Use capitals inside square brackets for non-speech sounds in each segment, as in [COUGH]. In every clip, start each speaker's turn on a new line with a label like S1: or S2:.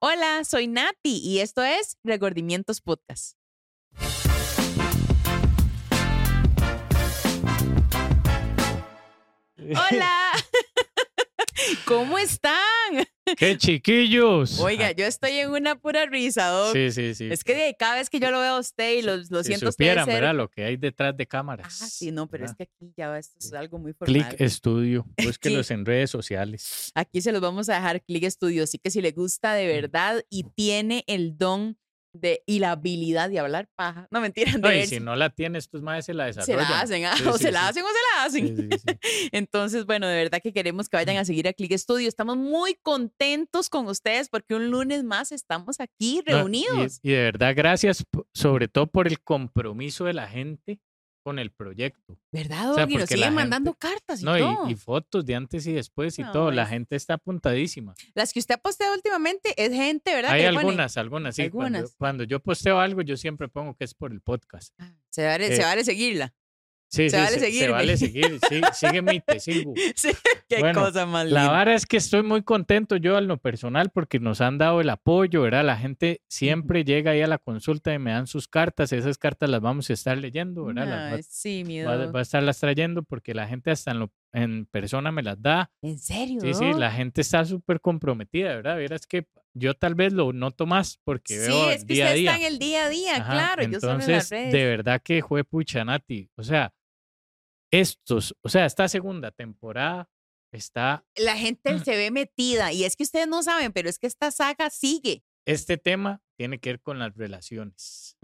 S1: Hola, soy Nati y esto es Recordimientos Podcast. Hola, [LAUGHS] ¿cómo están?
S2: ¡Qué chiquillos!
S1: Oiga, yo estoy en una pura risa, Doc.
S2: Sí, sí, sí.
S1: Es que de- cada vez que yo lo veo a usted y lo, lo
S2: si
S1: siento a usted de
S2: supieran,
S1: cerca-
S2: ¿verdad? Lo que hay detrás de
S1: Ah,
S2: cámaras.
S1: sí, no, pero es
S2: ¿verdad?
S1: que aquí ya esto es algo muy formal. [LAUGHS]
S2: Click Studio. Búsquenlos
S1: Sí.
S2: en redes sociales.
S1: Aquí se los vamos a dejar Click Studio. Así que si le gusta de
S2: Mm.
S1: verdad y tiene el don de, y la habilidad de hablar paja. No, mentira, de
S2: No, y
S1: ver
S2: si
S1: si
S2: no la tienes, tus madres se la
S1: se
S2: desarrollan.
S1: la hacen, ah,
S2: Sí,
S1: o
S2: sí,
S1: se la
S2: sí.
S1: hacen o se la hacen.
S2: Sí, sí,
S1: [LAUGHS]
S2: sí.
S1: Entonces, bueno, de verdad que queremos que vayan a seguir a Click Studio. Estamos muy contentos con ustedes porque un lunes más estamos aquí
S2: No, y-
S1: reunidos.
S2: y, de verdad, gracias p- sobre todo por el compromiso de la gente con el proyecto.
S1: ¿Verdad,
S2: o sea,
S1: Doc? Y nos
S2: porque la
S1: siguen
S2: gente-
S1: mandando cartas y
S2: No,
S1: todo.
S2: y, y fotos de antes y después y
S1: No,
S2: todo. La
S1: es-
S2: gente está apuntadísima.
S1: Las que usted ha posteado últimamente es gente, ¿verdad?
S2: Hay
S1: Que pone-
S2: algunas, algunas, sí. cuando-
S1: Algunas.
S2: Cuando, yo posteo algo, yo siempre pongo que es por el podcast.
S1: Ah, Se vale, se
S2: Eh,
S1: vale seguirla. [LAUGHS]
S2: Sí,
S1: Se
S2: sí,
S1: vale seguirme.
S2: se vale seguir. Sí, sígueme y te sigo.
S1: Sí, qué
S2: Bueno,
S1: cosa más
S2: La
S1: linda.
S2: vara es que estoy muy contento yo en lo personal porque nos han dado el apoyo, ¿verdad? La gente siempre llega ahí a la consulta y me dan sus cartas. Esas cartas las vamos a estar leyendo, ¿verdad? Las
S1: Ay, sí, mi
S2: va- va,
S1: Doc.
S2: va a estarlas trayendo porque la gente hasta en, lo- en persona me las da.
S1: ¿En serio?
S2: Sí, sí,
S1: Doc?
S2: la gente está súper comprometida, ¿verdad? Verás que yo tal vez lo noto más porque veo
S1: Sí, es que
S2: día a
S1: usted
S2: día.
S1: está en el día a [LAUGHS] día,
S2: Ajá,
S1: claro. yo solo en las
S2: Entonces,
S1: redes.
S2: de verdad que fue pucha, Nati. O sea, estos, o sea, esta segunda temporada está
S1: La gente se ve metida y es que ustedes no saben, pero es que esta saga sigue.
S2: Este tema tiene que ver con las relaciones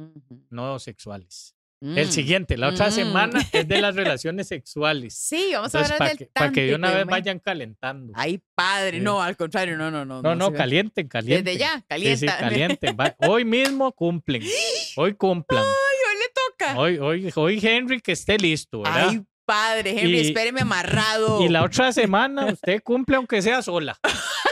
S2: no sexuales. El
S1: Mm.
S2: siguiente, la otra
S1: Mm.
S2: semana es de
S1: [LAUGHS]
S2: las relaciones sexuales.
S1: Sí, vamos a hablar
S2: para
S1: del pues,
S2: que, pa' que de
S1: tántrico,
S2: una vez
S1: imagínate.
S2: vayan calentando.
S1: Ay, padre,
S2: Sí.
S1: no, al contrario, no, no, no.
S2: no, no,
S1: se ve.
S2: calienten, calienten.
S1: Desde ya,
S2: Sí,
S1: calienta. [LAUGHS]
S2: sí, calienten. va- Hoy mismo cumplen. Hoy cumplan.
S1: Ay, hoy le toca.
S2: Hoy, hoy, hoy Henry que esté listo, ¿verdad?
S1: Ah. Ay, padre, Henry,
S2: Y-
S1: espéreme amarrado.
S2: Y la otra semana usted cumple aunque sea sola.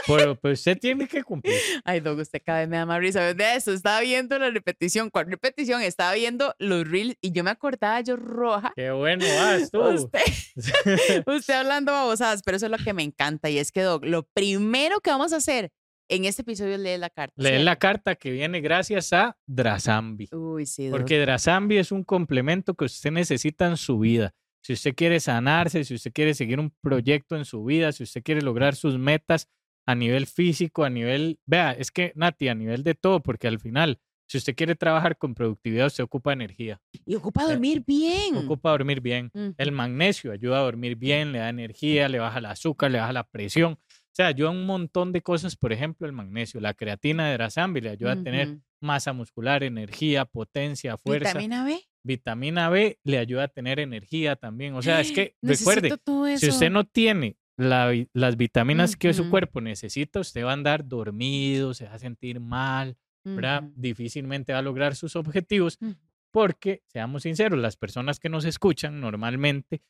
S2: Pero pues usted tiene que cumplir.
S1: Ay, Doug, usted cada vez me da más risa. De eso, estaba viendo la repetición. ¿Cuál repetición? Estaba viendo los reels y yo me acordaba yo roja.
S2: Qué bueno vas tú. [LAUGHS]
S1: Usted, usted hablando babosadas, pero eso es lo que me encanta. Y es que, Doc, lo primero que vamos a hacer en este episodio es leer la carta.
S2: Leen la carta que viene gracias a Drazambi.
S1: ¿cierto? Uy, sí, Doc.
S2: Porque Drazambi es un complemento que usted necesita en su vida. Si usted quiere sanarse, si usted quiere seguir un proyecto en su vida, si usted quiere lograr sus metas a nivel físico, a nivel, vea, es que Nati, a nivel de todo, porque al final, si usted quiere trabajar con productividad, usted ocupa energía,
S1: Y
S2: eh,
S1: ocupa dormir bien.
S2: ocupa dormir bien.
S1: Ujú.
S2: El magnesio ayuda a dormir bien, le da energía, le baja el azúcar, le baja la presión. O sea, ayuda a un montón de cosas, por ejemplo, el magnesio, la creatina de Drazambi le ayuda a tener
S1: Ujú.
S2: masa muscular, energía, potencia, fuerza
S1: Vitamina B.
S2: vitamina B le ayuda a tener energía también. O sea, es que
S1: [GASPS] Necesito
S2: recuerde,
S1: todo
S2: si usted
S1: eso.
S2: no tiene la vi- las vitaminas que su
S1: Ujú.
S2: cuerpo necesita, usted va a andar dormido, se va a sentir mal, ¿verdad?
S1: Ujú.
S2: Difícilmente va a lograr sus objetivos
S1: Ujú.
S2: porque, seamos sinceros, las personas que nos escuchan normalmente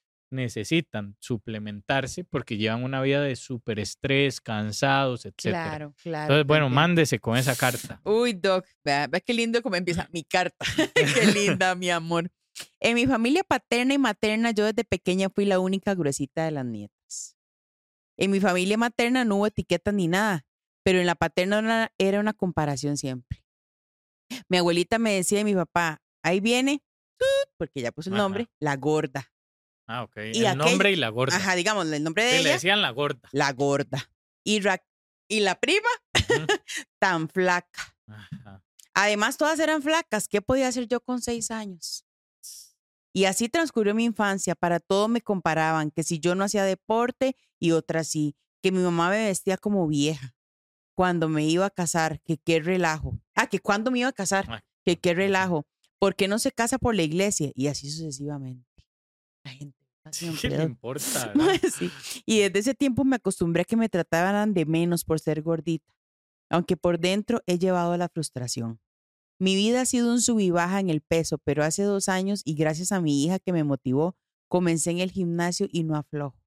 S2: necesitan suplementarse porque llevan una vida de superestrés, cansados, etcétera.
S1: Claro, claro.
S2: Entonces,
S1: te
S2: bueno,
S1: entiendo.
S2: mándese con esa carta.
S1: Uy, Doc, vea, vea qué lindo como empieza mi
S2: [LAUGHS]
S1: carta. [LAUGHS] qué linda, mi amor. En mi familia paterna y materna, yo desde pequeña fui la única gruesita de las nietas. En mi familia materna no hubo etiquetas ni nada, pero en la paterna era- era una comparación siempre. Mi abuelita me decía de mi papá, ahí viene, tut, porque ya puso el
S2: Ajá.
S1: nombre, la gorda.
S2: Ah, ok.
S1: Y
S2: el
S1: aquella-
S2: nombre y la gorda.
S1: Ajá, digamos, el nombre de
S2: Sí, le
S1: ella,
S2: decían la gorda.
S1: la gorda. Y, Ra- y la prima,
S2: Ujú.
S1: [LAUGHS] tan flaca.
S2: Ajá.
S1: [LAUGHS] Además, todas eran flacas. ¿Qué podía hacer yo con seis años? Y así transcurrió mi infancia. Para todo me comparaban, que si yo no hacía deporte y otras sí, que mi mamá me vestía como vieja cuando me iba a casar, que qué relajo. Ah, que cuando me iba a casar,
S2: Ah,
S1: que qué
S2: ujú.
S1: relajo. ¿Por qué no se casa por la iglesia? Y así sucesivamente. La gente está
S2: ¿Qué
S1: siempre
S2: le
S1: de- [LAUGHS]
S2: importa?
S1: Ma,
S2: verdad?
S1: sí. Y desde ese tiempo me acostumbré a que me trataran de menos por ser gordita, aunque por dentro he llevado la frustración. Mi vida ha sido un sub y baja en el peso, pero hace dos años y gracias a mi hija que me motivó, comencé en el gimnasio y no aflojo.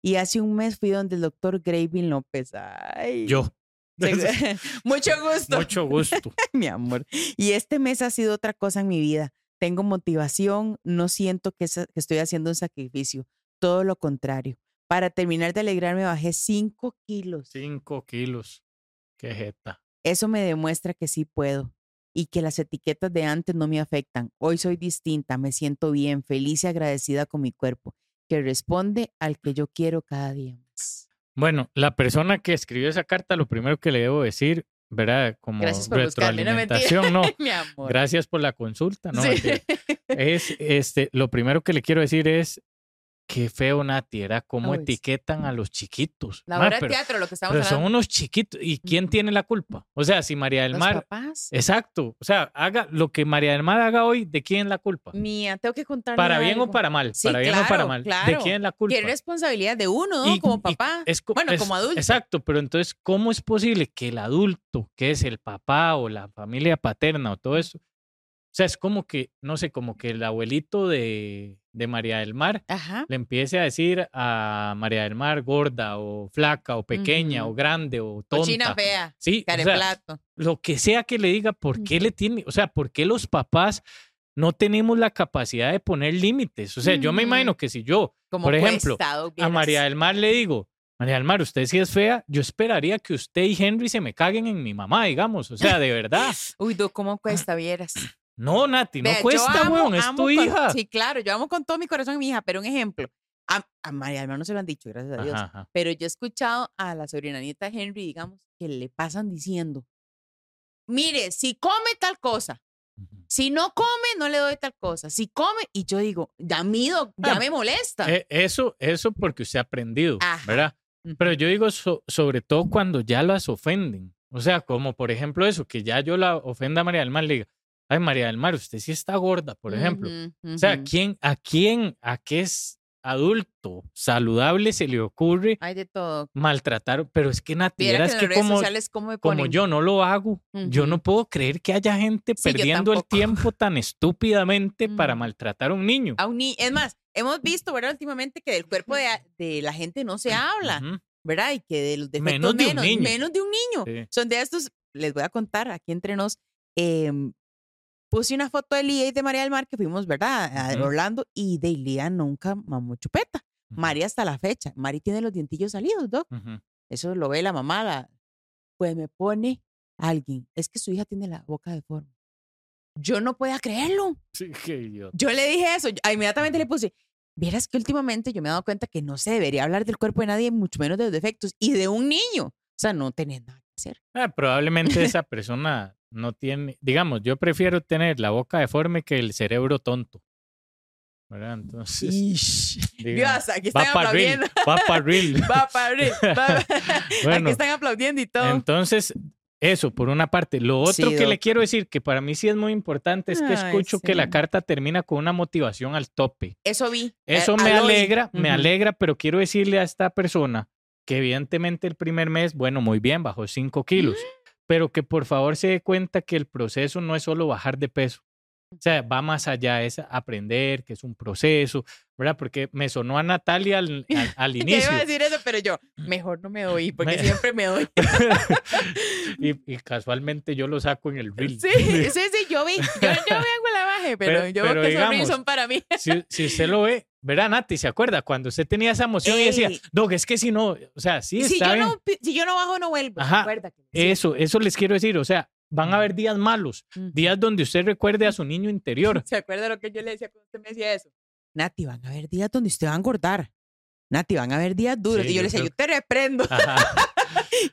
S1: Y hace un mes fui donde el doctor Gravin López.
S2: [LAUGHS]
S1: Ay. [LAUGHS]
S2: Yo.
S1: Se- Mucho gusto
S2: Mucho gusto.
S1: [LAUGHS] mi amor. Y este mes ha sido otra cosa en mi vida. Tengo motivación, no siento que, sa- que estoy haciendo un sacrificio, todo lo contrario. Para terminar de alegrarme bajé 5 kilos.
S2: Cinco kilos. Qué jeta.
S1: Eso me demuestra que sí puedo y que las etiquetas de antes no me afectan. Hoy soy distinta, me siento bien, feliz y agradecida con mi cuerpo, que responde al que yo quiero cada día más.
S2: Bueno, la persona que escribió esa carta, lo primero que le debo decir, ¿verdad? Como
S1: Gracias por buscarme, no, mentira.
S2: retroalimentación,
S1: [LAUGHS]
S2: no.
S1: Mi amor.
S2: Gracias por la consulta, no.
S1: Sí. [LAUGHS]
S2: mentira. Es este, lo primero que le quiero decir es qué feo Nati, era cómo
S1: Ay, sí.
S2: etiquetan a los chiquitos.
S1: La
S2: Ma,
S1: obra de
S2: pero,
S1: teatro, lo que estamos
S2: pero son
S1: hablando.
S2: unos chiquitos y quién tiene la culpa? O sea, si María del
S1: los
S2: Mar
S1: papás.
S2: Exacto, o sea, haga lo que María del Mar haga hoy, ¿de quién es la culpa?
S1: Mía, tengo que contar.
S2: Para bien o para mal,
S1: Sí,
S2: para bien o para
S1: claro,
S2: mal, ¿de
S1: claro.
S2: quién es la culpa?
S1: Que es responsabilidad de uno, ¿no?
S2: Y-
S1: como
S2: y
S1: papá.
S2: es co-
S1: Bueno,
S2: es-
S1: como adulto.
S2: Exacto, pero entonces, ¿cómo es posible que el adulto, que es el papá o la familia paterna o todo eso, o sea, es como que, no sé, como que el abuelito de, de María del Mar
S1: Ajá.
S2: le empiece a decir a María del Mar gorda o flaca o pequeña
S1: Ujú.
S2: o grande o tonta.
S1: Cochina fea.
S2: Sí, o sea,
S1: Careplato.
S2: lo que sea que le diga, ¿por qué le tiene? O sea, ¿por qué los papás no tenemos la capacidad de poner límites? O sea, yo me
S1: Ujú.
S2: imagino que si yo
S1: como
S2: por ejemplo,
S1: cuesta, dog,
S2: a
S1: vieras.
S2: María del Mar le digo, María del Mar, usted sí es fea, yo esperaría que usted y Henry se me caguen en mi mamá, digamos. O sea,
S1: [LAUGHS]
S2: de verdad.
S1: Uy, Doc, ¿cómo cuesta, vieras?
S2: No, Nati, Ah, no
S1: Vea, yo
S2: cuesta,
S1: amo-
S2: weón, es
S1: amo
S2: tu
S1: con-
S2: hija.
S1: sí, claro, yo amo con todo mi corazón a mi hija, pero un ejemplo. A, a María del Mar no se lo han dicho, gracias a Dios.
S2: Ajá, ajá.
S1: Pero yo he escuchado a la sobrinanita de Henry, digamos, que le pasan diciendo, mire, si come tal cosa, si no come, no le doy tal cosa, si come, y yo digo, ya mido, ya
S2: Ah,
S1: me molesta.
S2: Eh, eso, eso porque usted ha aprendido,
S1: Ajá.
S2: ¿verdad? Pero yo digo so- sobre todo cuando ya las ofenden. O sea, como por ejemplo eso, que ya yo la ofenda a María del Mar, le diga, ay, María del Mar, usted sí está gorda, por ejemplo.
S1: Ujú,
S2: O sea, ¿a
S1: ujú.
S2: quién, a quién, a qué es adulto saludable se le ocurre
S1: hay de todo.
S2: maltratar? Pero es que Nati,
S1: Viera
S2: vieras
S1: que en las
S2: que
S1: redes
S2: como,
S1: sociales cómo me
S2: como
S1: ponen.
S2: yo no lo hago, yo
S1: Ujú.
S2: no puedo creer que haya gente
S1: Sí, yo
S2: perdiendo el
S1: tampoco.
S2: tiempo tan estúpidamente para
S1: Ujú.
S2: maltratar a un niño.
S1: A un ni- es más, hemos visto, ¿verdad? Últimamente que del cuerpo de, de la gente no se habla.
S2: Ujú.
S1: ¿verdad? Y que de los defectos
S2: Menos
S1: menos,
S2: de un niño.
S1: menos de un niño.
S2: Sí.
S1: Son de estos, les voy a contar aquí entre nos. em, puse una foto de Lía y de María del Mar que fuimos, ¿verdad? A
S2: Ujú.
S1: Orlando y de Lía nunca mamó chupeta.
S2: Ujú.
S1: María hasta la fecha. Mari tiene los dientillos salidos, Doc.
S2: Ujú.
S1: Eso lo ve la mamá. la- Pues me pone alguien. Es que su hija tiene la boca deforme. Yo no podía creerlo.
S2: Sí, qué idiota.
S1: Yo le dije eso, yo- ah, inmediatamente
S2: Ajá.
S1: le puse, vieras que últimamente yo me he dado cuenta que no se debería hablar del cuerpo de nadie, mucho menos de los defectos, y de un niño. O sea, no tenés nada que hacer.
S2: Ah,
S1: [LAUGHS]
S2: probablemente esa persona no tiene, digamos, yo prefiero tener la boca deforme que el cerebro tonto. ¿Verdad? Entonces, digamos,
S1: Dios, aquí
S2: va
S1: están
S2: para real,
S1: aplaudiendo.
S2: va para real.
S1: [LAUGHS] Va para abrir, va-
S2: [LAUGHS] Bueno.
S1: [LAUGHS] aquí están aplaudiendo y todo.
S2: Entonces, eso por una parte. Lo
S1: Sí,
S2: otro que le
S1: doc.
S2: quiero decir, que para mí sí es muy importante, es que
S1: Ay,
S2: escucho que la
S1: sí.
S2: carta termina con una motivación al tope.
S1: Eso vi. eh,
S2: Eso me
S1: al hoy.
S2: alegra, me
S1: Ujú.
S2: alegra, pero quiero decirle a esta persona que evidentemente el primer mes, bueno, muy bien, bajó
S1: [GASPS]
S2: 5 kilos, pero que por favor se dé cuenta que el proceso no es solo bajar de peso. O sea, va más allá, es aprender, que es un proceso, ¿verdad? Porque me sonó a Natalia al, al-
S1: [LAUGHS]
S2: al
S1: Ya
S2: inicio.
S1: iba a decir eso, pero yo, mejor no me doy, porque
S2: Me-
S1: siempre me doy.
S2: y, y casualmente yo lo saco en el reel.
S1: Sí,
S2: [LAUGHS]
S1: sí, sí, yo vi. Yo, yo vengo la baje, pero,
S2: Pero-
S1: yo
S2: pero
S1: veo que esos
S2: digamos,
S1: reels son para mí.
S2: si, si usted lo ve, verá, Nati, ¿se acuerda? Cuando usted tenía esa emoción y decía,
S1: Ey.
S2: Doc, es que si no, o sea, sí
S1: Y [LAUGHS] si,
S2: está
S1: Eh. yo
S2: bien.
S1: no, pi- si yo no bajo, no vuelvo.
S2: Ajá, eh,
S1: Recuerda que sí.
S2: Eso, eso les quiero decir. O sea, van a haber días malos,
S1: Ujú.
S2: días donde usted recuerde a su niño interior.
S1: [LAUGHS] ¿Se acuerda lo que yo le decía cuando usted me decía eso? Nati, van a haber días donde usted va a engordar. Nati, van a haber días duros.
S2: Sí,
S1: y yo,
S2: yo
S1: le decía,
S2: creo
S1: yo te reprendo. [LAUGHS]
S2: Ajá.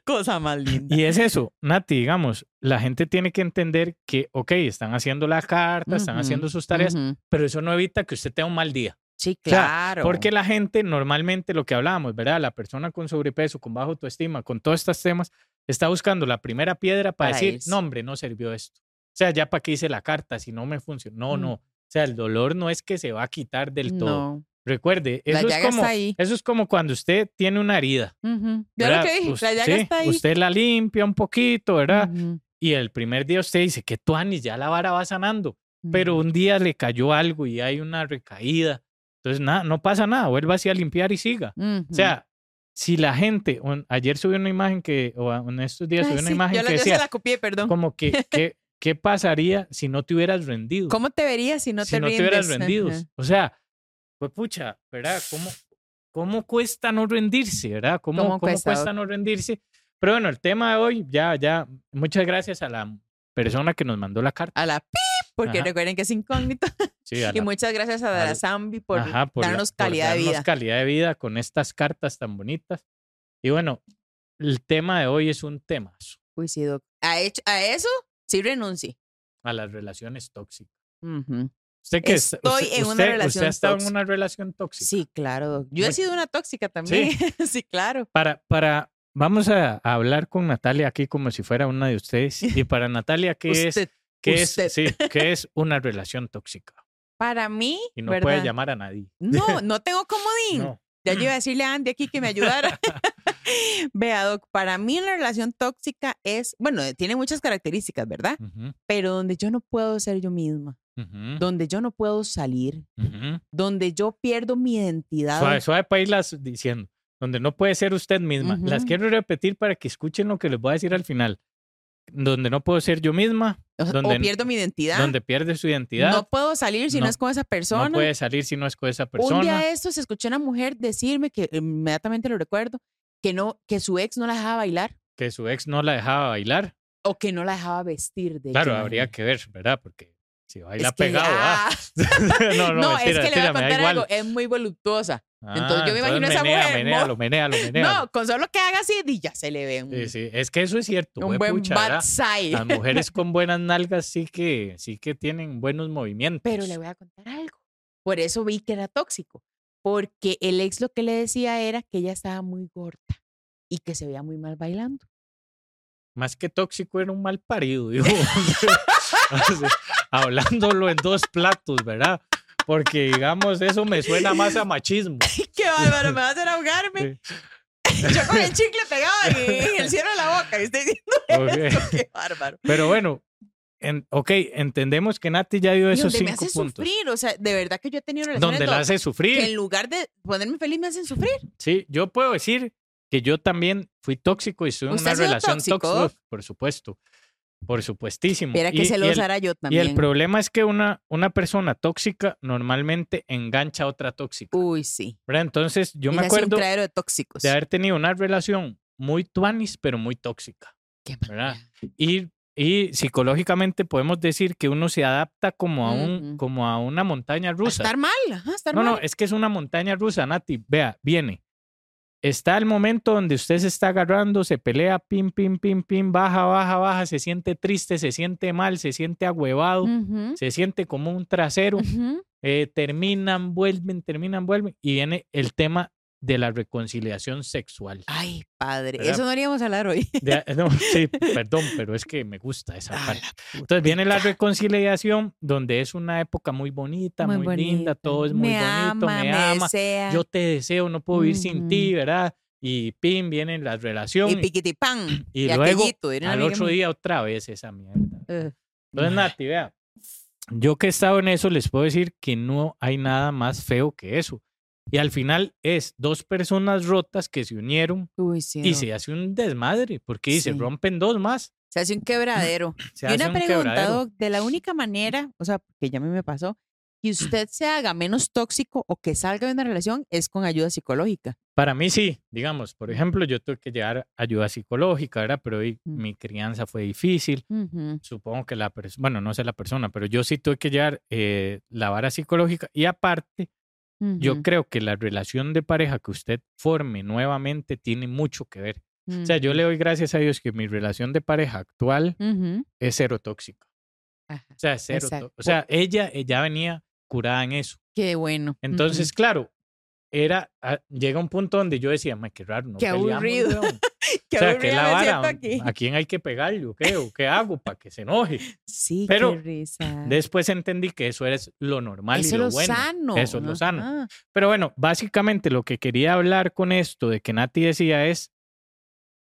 S1: Cosa más linda.
S2: Y es eso, Nati, digamos, la gente tiene que entender que, ok, están haciendo la carta, están
S1: Ujú,
S2: haciendo sus tareas,
S1: ujú.
S2: pero eso no evita que usted tenga un mal día.
S1: Sí,
S2: O sea,
S1: claro.
S2: Porque la gente, normalmente lo que hablábamos, ¿verdad? La persona con sobrepeso, con baja autoestima, con todos estos temas, está buscando la primera piedra para,
S1: Para
S2: decir,
S1: irse.
S2: no, hombre, no sirvió esto. O sea, ya para qué hice la carta, si no me funcionó, no,
S1: Mm.
S2: no. O sea, el dolor no es que se va a quitar del todo.
S1: No.
S2: Recuerde,
S1: La
S2: eso es,
S1: llaga
S2: como,
S1: está ahí.
S2: eso es como cuando usted tiene una herida.
S1: Ujú. Yo lo
S2: ¿verdad?
S1: que dije,
S2: Us-
S1: la llaga
S2: sí,
S1: está ahí. Mm.
S2: Usted la limpia un poquito, ¿verdad?
S1: Ujú,
S2: Y el primer día usted dice que tuanis, ya la vara va sanando
S1: ujú.
S2: pero un día le cayó algo y hay una recaída. Entonces, nada, no pasa nada, vuelva así a limpiar y siga.
S1: Ujú.
S2: O sea, si la gente, un- ayer subí una imagen que, o a- en estos días subí
S1: Ay,
S2: una
S1: sí,
S2: imagen
S1: yo, la,
S2: que
S1: yo se
S2: decía,
S1: la copié, perdón. ¿Cómo,
S2: como
S1: [LAUGHS]
S2: que, que- ¿qué pasaría si no te hubieras rendido?
S1: te verías si no
S2: si
S1: te
S2: no
S1: rindes?
S2: te hubieras rendido.
S1: Ajá.
S2: O sea, pues pucha, ¿verdad? ¿Cómo, ¿Cómo cuesta no rendirse, verdad? ¿Cómo,
S1: ¿Cómo
S2: cómo
S1: cuesta,
S2: cuesta
S1: doc?
S2: no rendirse? Pero bueno, el tema de hoy, ya, ya, muchas gracias a la persona que nos mandó la carta.
S1: A la pip, porque
S2: Ajá.
S1: recuerden que es incógnito. [LAUGHS]
S2: Sí, a
S1: Y
S2: la-
S1: muchas gracias a
S2: al-
S1: Dara Zambi por
S2: ajá, la-
S1: darnos
S2: por
S1: calidad de
S2: darnos
S1: vida.
S2: calidad de vida con estas cartas tan bonitas. Y bueno, el tema de hoy es un tema
S1: Uy, sí, doc. A, hecho- a eso sí renuncie.
S2: a las relaciones tóxicas.
S1: Ujú.
S2: Usted que es-
S1: Estoy
S2: usted,
S1: en una
S2: usted- usted
S1: relación
S2: ha estado en
S1: tóxica.
S2: una relación tóxica.
S1: Sí, claro, doc. Yo he
S2: Muy-
S1: sido una tóxica también. [LAUGHS] Sí, claro.
S2: Para, para, vamos a a hablar con Natalia aquí como si fuera una de ustedes. Y
S1: [LAUGHS]
S2: para Natalia, ¿qué es?
S1: Usted,
S2: ¿Qué es,
S1: usted.
S2: sí, ¿qué es una relación tóxica?
S1: para mí,
S2: Y no
S1: ¿verdad?
S2: puede llamar a nadie.
S1: No, no tengo comodín.
S2: No.
S1: Ya yo
S2: [CLEARS THROAT]
S1: iba a decirle a Andy aquí que me
S2: [LAUGHS]
S1: ayudara. Vea, Doc, para mí una relación tóxica es, bueno, tiene muchas características, ¿verdad?
S2: Ujú,
S1: Pero donde yo no puedo ser yo misma,
S2: ujú,
S1: donde yo no puedo salir,
S2: ujú.
S1: donde yo pierdo mi identidad.
S2: Suave, suave para irlas diciendo. Donde no puede ser usted misma. Las
S1: Ujú.
S2: quiero repetir para que escuchen lo que les voy a decir al final. Donde no puedo ser yo misma,
S1: o, sea,
S2: donde-
S1: o pierdo mi identidad.
S2: donde pierde su identidad,
S1: No puedo salir si no,
S2: No,
S1: es con esa persona.
S2: no puede salir si no es con esa persona.
S1: Un día de estos escuché a una mujer decirme que eh, inmediatamente lo recuerdo, que no, que su ex no la dejaba bailar
S2: que su ex no la dejaba bailar.
S1: o que no la dejaba vestir de
S2: Claro,
S1: hecho,
S2: habría
S1: imagínate.
S2: que ver, ¿verdad? Porque si baila
S1: que-
S2: pegado, ah. [LAUGHS]
S1: ah,
S2: no, no,
S1: no,
S2: mentira,
S1: es que le voy
S2: mentira, me
S1: a
S2: da
S1: contar
S2: igual. Ah,
S1: algo, es muy voluptuosa. Entonces, yo me imagino a esa
S2: menea,
S1: mujer,
S2: Menea,
S1: ¿no?
S2: lo menea, lo menea.
S1: No, con solo que haga así, di, ya se le ve un,
S2: Sí, sí, es que eso es cierto.
S1: un buen
S2: juepucha, ¿verdad? Ah,
S1: backside.
S2: Las
S1: [LAUGHS]
S2: mujeres con buenas nalgas sí que, sí que tienen buenos movimientos.
S1: Pero le voy a contar algo. Por eso vi que era tóxico. Porque el ex lo que le decía era que ella estaba muy gorda y que se veía muy mal bailando.
S2: Más que tóxico era un mal parido, digo. [LAUGHS] Así, Hablándolo en dos platos, ¿verdad? Porque, digamos, eso me suena más a machismo.
S1: ¡Qué bárbaro! [LAUGHS] Me va a hacer ahogarme. [LAUGHS] Yo con el chicle pegado [LAUGHS] en el cielo de la boca. Y estoy diciendo
S2: Ok.
S1: esto. [LAUGHS] ¡Qué bárbaro!
S2: Pero bueno, en- ok, entendemos que Nati ya dio
S1: Y
S2: esos
S1: donde me
S2: cinco
S1: hace
S2: puntos.
S1: sufrir. O sea, de verdad que yo he tenido relaciones
S2: Donde la
S1: donde-
S2: hace sufrir.
S1: que en lugar de ponerme feliz me hacen sufrir.
S2: Sí, yo puedo decir que yo también fui tóxico y estuve en
S1: ¿Usted
S2: una
S1: ha sido
S2: relación
S1: tóxico?
S2: tóxica, por supuesto. Por supuestísimo.
S1: Espera que
S2: Y-
S1: se lo
S2: y el-
S1: usara yo
S2: Y
S1: también.
S2: el problema es que una, una persona tóxica normalmente engancha a otra tóxica.
S1: Uy, sí.
S2: ¿verdad? Entonces, yo
S1: Ese
S2: me
S1: ha sido
S2: acuerdo
S1: un traero de tóxicos.
S2: de haber tenido una relación muy tuanis, pero muy tóxica.
S1: Qué
S2: ¿verdad?
S1: mal.
S2: Y, y psicológicamente podemos decir que uno se adapta como a, un,
S1: Ujú.
S2: como a una montaña
S1: A
S2: rusa.
S1: Estar mal. ajá, a estar
S2: No, no,
S1: mal.
S2: es que es una montaña rusa, Nati. Vea, viene. Está el momento donde usted se está agarrando, se pelea, pim, pim, pim, pim, baja, baja, baja, se siente triste, se siente mal, se siente agüevado,
S1: Ujú,
S2: se siente como un trasero,
S1: ujú.
S2: eh, terminan, vuelven, terminan, vuelven, y viene el tema de la reconciliación sexual.
S1: Ay, padre,
S2: ¿Verdad?
S1: eso no iríamos a hablar hoy. [LAUGHS]
S2: De- no, sí, perdón, pero es que me gusta esa
S1: Ah,
S2: parte.
S1: la
S2: Entonces viene la
S1: putica.
S2: reconciliación, donde es una época muy bonita, muy, linda,
S1: bonita.
S2: todo es muy
S1: me
S2: bonito,
S1: ama,
S2: me ama,
S1: desea.
S2: yo te deseo, no puedo vivir sin ti, ¿verdad? Y pim, viene la relación
S1: y
S2: y,
S1: piquitipán.
S2: y luego
S1: aquellito, era una
S2: al
S1: amiga
S2: otro
S1: mía.
S2: día otra vez esa mierda.
S1: Ugh.
S2: Entonces, Nati, vea, yo que he estado en eso, les puedo decir que no hay nada más feo que eso. Y al final es dos personas rotas que se unieron
S1: Uy, sí.
S2: y
S1: no.
S2: se hace un desmadre, porque y se
S1: Sí.
S2: rompen dos más.
S1: Se hace un quebradero.
S2: [LAUGHS] Se
S1: Y
S2: hace
S1: una
S2: un
S1: pregunta,
S2: quebradero.
S1: Doc, de la única manera, o sea, que ya a mí me pasó, que usted se haga menos tóxico o que salga de una relación es con ayuda psicológica.
S2: Para mí sí, digamos, por ejemplo, yo tuve que llegar ayuda psicológica, ¿verdad? Pero hoy
S1: Mm.
S2: mi crianza fue difícil.
S1: Ujú.
S2: Supongo que la persona, bueno, no sé la persona, pero yo sí tuve que llevar eh, la vara psicológica. Y aparte, yo
S1: Ujú.
S2: creo que la relación de pareja que usted forme nuevamente tiene mucho que ver. O sea, yo le doy gracias a Dios que mi relación de pareja actual
S1: Ujú.
S2: es cero tóxica.
S1: Ajá.
S2: O sea, cero tó-
S1: Exacto.
S2: O sea, ella eh, ya venía curada en eso.
S1: Qué bueno. Ujú. [LAUGHS]
S2: Entonces, claro, era, a- llega un punto donde yo decía, "Ma, qué raro, no
S1: Qué
S2: peleamos,
S1: aburrido.
S2: weón".
S1: [LAUGHS] Qué
S2: o sea, que
S1: aburrida
S2: la
S1: me
S2: vara,
S1: siento aquí.
S2: ¿a quién hay que pegarle o qué? ¿O qué hago para que se
S1: [LAUGHS]
S2: enoje?
S1: Sí,
S2: Pero
S1: qué risa.
S2: Después entendí que eso es lo normal
S1: Ah. Eso
S2: y lo,
S1: lo
S2: bueno.
S1: sano. Ah.
S2: Eso es lo sano.
S1: ajá.
S2: Pero bueno, básicamente lo que quería hablar con esto de que Nati decía es,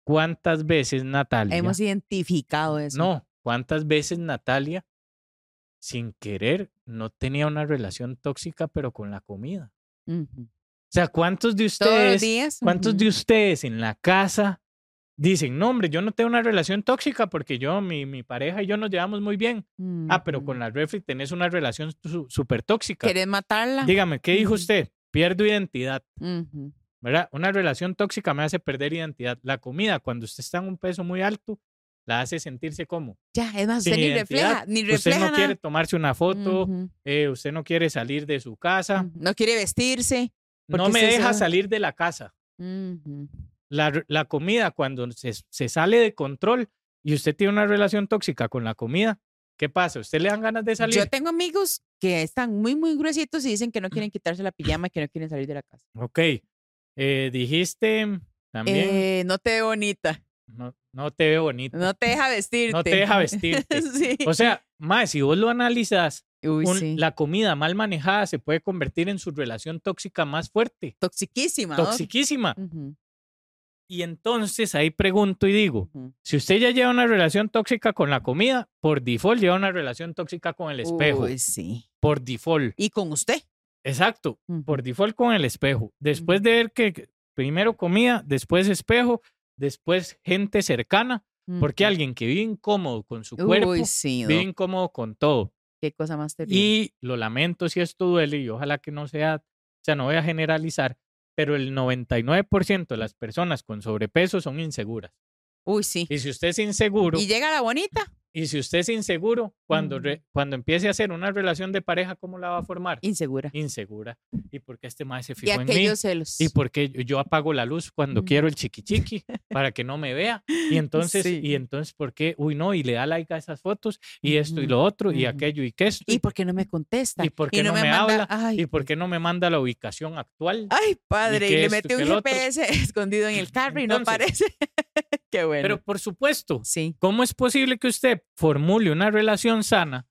S2: ¿cuántas veces Natalia?
S1: Hemos identificado eso.
S2: No, ¿cuántas veces Natalia sin querer no tenía una relación tóxica pero con la comida?
S1: Ujú.
S2: O sea, ¿cuántos de
S1: Todos los
S2: ustedes
S1: días.
S2: ¿Cuántos
S1: ujú.
S2: de ustedes en la casa dicen, no, hombre, yo no tengo una relación tóxica porque yo, mi, mi pareja y yo nos llevamos muy bien? Ah, pero
S1: Ujú.
S2: con la refri tenés una relación su- súper tóxica.
S1: ¿Querés matarla?
S2: Dígame, ¿qué dijo
S1: Ujú.
S2: usted? Pierdo identidad,
S1: Ujú.
S2: ¿verdad? Una relación tóxica me hace perder identidad. La comida, cuando usted está en un peso muy alto, la hace sentirse como.
S1: Ya, es más, usted
S2: sin
S1: ni
S2: identidad.
S1: refleja, ni
S2: Usted
S1: refleja
S2: no quiere
S1: nada.
S2: tomarse una foto,
S1: Ujú.
S2: eh, usted no quiere salir de su casa,
S1: No quiere vestirse.
S2: no
S1: porque
S2: me
S1: usted
S2: deja
S1: sabe-
S2: salir de la casa.
S1: Ujú.
S2: La, r- la comida, cuando se, se sale de control y usted tiene una relación tóxica con la comida, ¿qué pasa? ¿Usted le dan ganas de salir?
S1: Yo tengo amigos que están muy, muy gruesitos y dicen que no quieren quitarse la pijama, que no quieren salir de la casa.
S2: Ok. Eh, dijiste también,
S1: Eh, no te ve bonita,
S2: no, no te veo bonito,
S1: no te deja vestirte.
S2: no
S1: [LAUGHS]
S2: te deja vestirte.
S1: sí.
S2: O sea, más, si vos lo analizas,
S1: Uy,
S2: un-
S1: sí.
S2: la comida mal manejada se puede convertir en su relación tóxica más fuerte,
S1: Toxiquísima. ¿no?
S2: toxiquísima.
S1: Ujú,
S2: Y entonces ahí pregunto y digo,
S1: ujú.
S2: si usted ya lleva una relación tóxica con la comida, por default lleva una relación tóxica con el espejo,
S1: Uy, sí.
S2: por default.
S1: Y con usted.
S2: Exacto, por
S1: Ujú.
S2: default con el espejo. Después
S1: Ujú.
S2: de ver que que primero comida, después espejo, después gente cercana, porque
S1: Ujú.
S2: alguien que vive incómodo con su cuerpo,
S1: Uy, sí, doc,
S2: vive incómodo con todo.
S1: qué cosa más terrible.
S2: Y lo lamento si esto duele y ojalá que no sea, o sea, no voy a generalizar, pero el 99% de las personas con sobrepeso son inseguras.
S1: Uy, sí.
S2: Y si usted es inseguro,
S1: Y llega la bonita,
S2: y si usted es inseguro, cuando, re- cuando empiece a hacer una relación de pareja, ¿cómo la va a formar?
S1: insegura.
S2: Insegura. ¿Y por qué este maestro se
S1: Y
S2: fijó en mí?
S1: aquellos celos.
S2: ¿Y por qué yo- yo apago la luz cuando
S1: Ujú.
S2: quiero el chiquichiqui para que no me vea? Y entonces,
S1: Sí.
S2: y entonces, ¿por qué? Uy, no, y le da like a esas fotos, y esto y
S1: Ujú,
S2: lo otro, y
S1: ujú.
S2: aquello y que esto.
S1: ¿Y por qué no me contesta?
S2: ¿Y por qué no me
S1: Ay, pues
S2: habla?
S1: Ah,
S2: ¿Y por qué no me manda la ubicación actual?
S1: ay, padre, y,
S2: que
S1: le
S2: esto,
S1: metí
S2: que
S1: un
S2: el otro?
S1: GPS [LAUGHS] escondido en el carro y no
S2: Entonces,
S1: aparece. [LAUGHS] qué bueno.
S2: Pero por supuesto,
S1: sí.
S2: ¿cómo es posible que usted formule una relación sana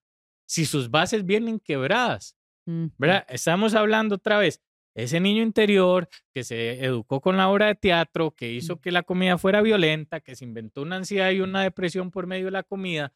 S2: si sus bases vienen quebradas?
S1: Ujú.
S2: ¿Verdad? Estamos hablando otra vez, ese niño interior que se educó con la obra de teatro, que hizo
S1: Mm.
S2: que la comida fuera violenta, que se inventó una ansiedad y una depresión por medio de la comida,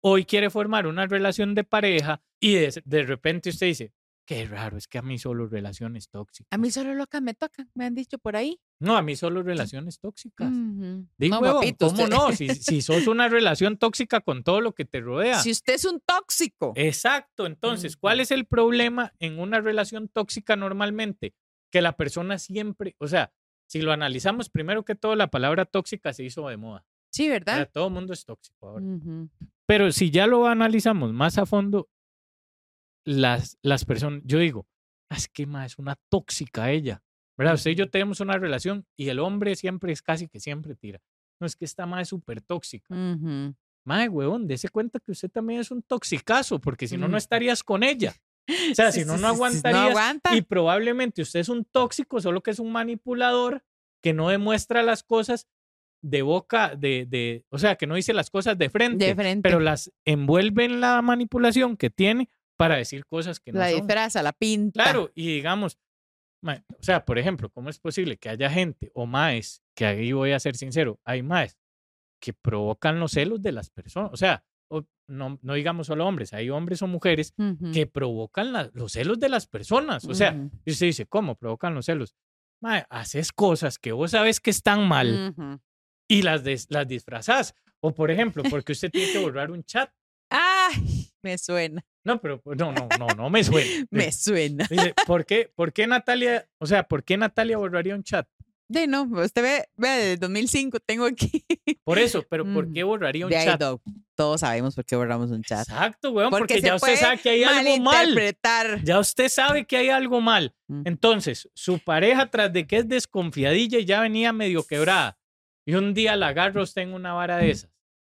S2: hoy quiere formar una relación de pareja y de, de repente usted dice, qué raro, es que a mí solo relaciones tóxicas.
S1: A mí solo locas me tocan, me han dicho por ahí.
S2: No, a mí solo relaciones tóxicas.
S1: Ujú.
S2: Di, huevón,
S1: papito,
S2: ¿cómo
S1: usted-
S2: no?
S1: [LAUGHS]
S2: Si, si sos una relación tóxica con todo lo que te rodea.
S1: Si usted es un tóxico.
S2: Eh, Exacto. Entonces,
S1: Ujú.
S2: ¿cuál es el problema en una relación tóxica normalmente? Que la persona siempre, o sea, si lo analizamos, primero que todo, la palabra tóxica se hizo de moda.
S1: sí,
S2: Ahora
S1: ¿verdad?
S2: todo el mundo es tóxico ahora.
S1: Ujú.
S2: Pero si ya lo analizamos más a fondo, las, las personas, yo digo, "Ah, es que más es una tóxica ella. ¿Verdad? Usted y yo
S1: Ujú.
S2: tenemos una relación y el hombre siempre es casi que siempre tira. No es que esta madre es súper tóxica.
S1: Ujú.
S2: Madre, huevón, dése cuenta que usted también es un toxicazo, porque si no,
S1: Mm.
S2: no estarías con ella. O
S1: [LAUGHS]
S2: sea,
S1: Sí,
S2: si no,
S1: sí,
S2: no
S1: sí, sí,
S2: aguantarías.
S1: No aguanta.
S2: Y probablemente usted es un tóxico, solo que es un manipulador que no demuestra las cosas de boca, de, de o sea, que no dice las cosas de frente,
S1: De frente.
S2: pero las envuelve en la manipulación que tiene para decir cosas que no
S1: la
S2: son.
S1: disfraza, la pinta.
S2: Claro, y digamos, ma- o sea, por ejemplo, ¿cómo es posible que haya gente o maes, que ahí voy a ser sincero, hay maes que provocan los celos de las personas? O sea, o- no, no digamos solo hombres, hay hombres o mujeres
S1: Ujú.
S2: que provocan la- los celos de las personas. O sea,
S1: Ujú.
S2: y usted dice, ¿cómo provocan los celos? Mae, haces cosas que vos sabes que están mal
S1: Ujú.
S2: y las, des- las disfrazás. O, por ejemplo, porque usted tiene que borrar un chat.
S1: Ay, me suena,
S2: No, pero pues, no, no, no, no me suena.
S1: [LAUGHS] me suena.
S2: Dice, ¿por qué, ¿por qué Natalia, o sea, por qué Natalia borraría un chat?
S1: De no, usted ve, vea, desde 2005 tengo aquí.
S2: Por
S1: [LAUGHS]
S2: eso, pero ¿por qué
S1: Ujú.
S2: borraría un
S1: De ahí,
S2: chat?
S1: Doc, todos sabemos por qué borramos un chat.
S2: Exacto, weón,
S1: Porque
S2: porque,
S1: se
S2: ya usted
S1: puede
S2: sabe que hay algo mal.
S1: Malinterpretar. Mm.
S2: Ya usted sabe que hay algo mal.
S1: Ujú.
S2: Entonces, su pareja, tras de que es desconfiadilla, ya venía medio quebrada. Y un día la agarra a usted en una vara de esas.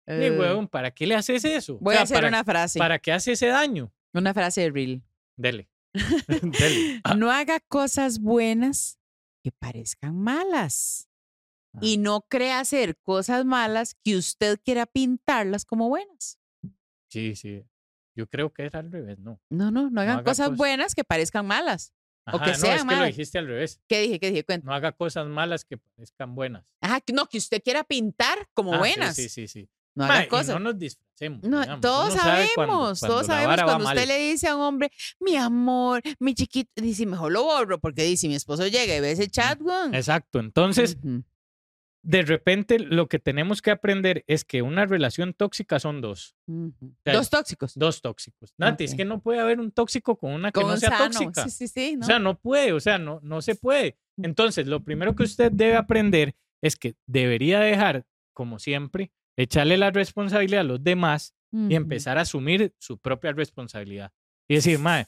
S2: Ni
S1: Mm. Eh,
S2: huevón, ¿para qué le haces eso? O
S1: voy
S2: sea,
S1: a hacer
S2: ¿para,
S1: una frase,
S2: ¿Para qué hace ese daño?
S1: una frase de Reel. [LAUGHS]
S2: Dele. [LAUGHS] Dele. Ah,
S1: No haga cosas buenas que parezcan malas.
S2: Ah.
S1: Y no crea hacer cosas malas que usted quiera pintarlas como buenas.
S2: sí, sí. Yo creo que era al revés, ¿no?
S1: No, no, no hagan
S2: haga
S1: cosas
S2: cosas-
S1: buenas que parezcan malas. O que
S2: Ajá, no,
S1: sean
S2: es que lo
S1: malas.
S2: dijiste al revés.
S1: ¿Qué dije? ¿Qué dije? Cuenta.
S2: No haga cosas malas que parezcan buenas.
S1: Ajá, que- no, que usted quiera pintar como
S2: Ah, sí,
S1: buenas.
S2: Sí, sí, sí.
S1: No
S2: Ma,
S1: haga
S2: y
S1: cosas.
S2: no nos disfracemos.
S1: No,
S2: digamos.
S1: todos
S2: Uno sabe
S1: sabemos,
S2: cuando- cuando
S1: todos
S2: la
S1: sabemos
S2: vara va
S1: cuando usted
S2: mal.
S1: le dice a un hombre, mi amor, mi chiquito, dice, mejor lo borro, porque dice, mi esposo llega y ve ese chat, weón".
S2: Exacto. Entonces,
S1: Ujú.
S2: de repente lo que tenemos que aprender es que una relación tóxica son dos,
S1: Ujú.
S2: sea,
S1: Dos tóxicos.
S2: dos tóxicos. Nati, es
S1: Ok.
S2: que no puede haber un tóxico con una que
S1: con
S2: no
S1: un
S2: sea
S1: sano.
S2: tóxica.
S1: Sí, sí, sí. ¿no?
S2: O sea, no puede, o sea, no, no se puede. Entonces, lo primero que usted debe aprender es que debería dejar, como siempre, echarle la responsabilidad a los demás y
S1: Ujú.
S2: empezar a asumir su propia responsabilidad. Y decir, mae,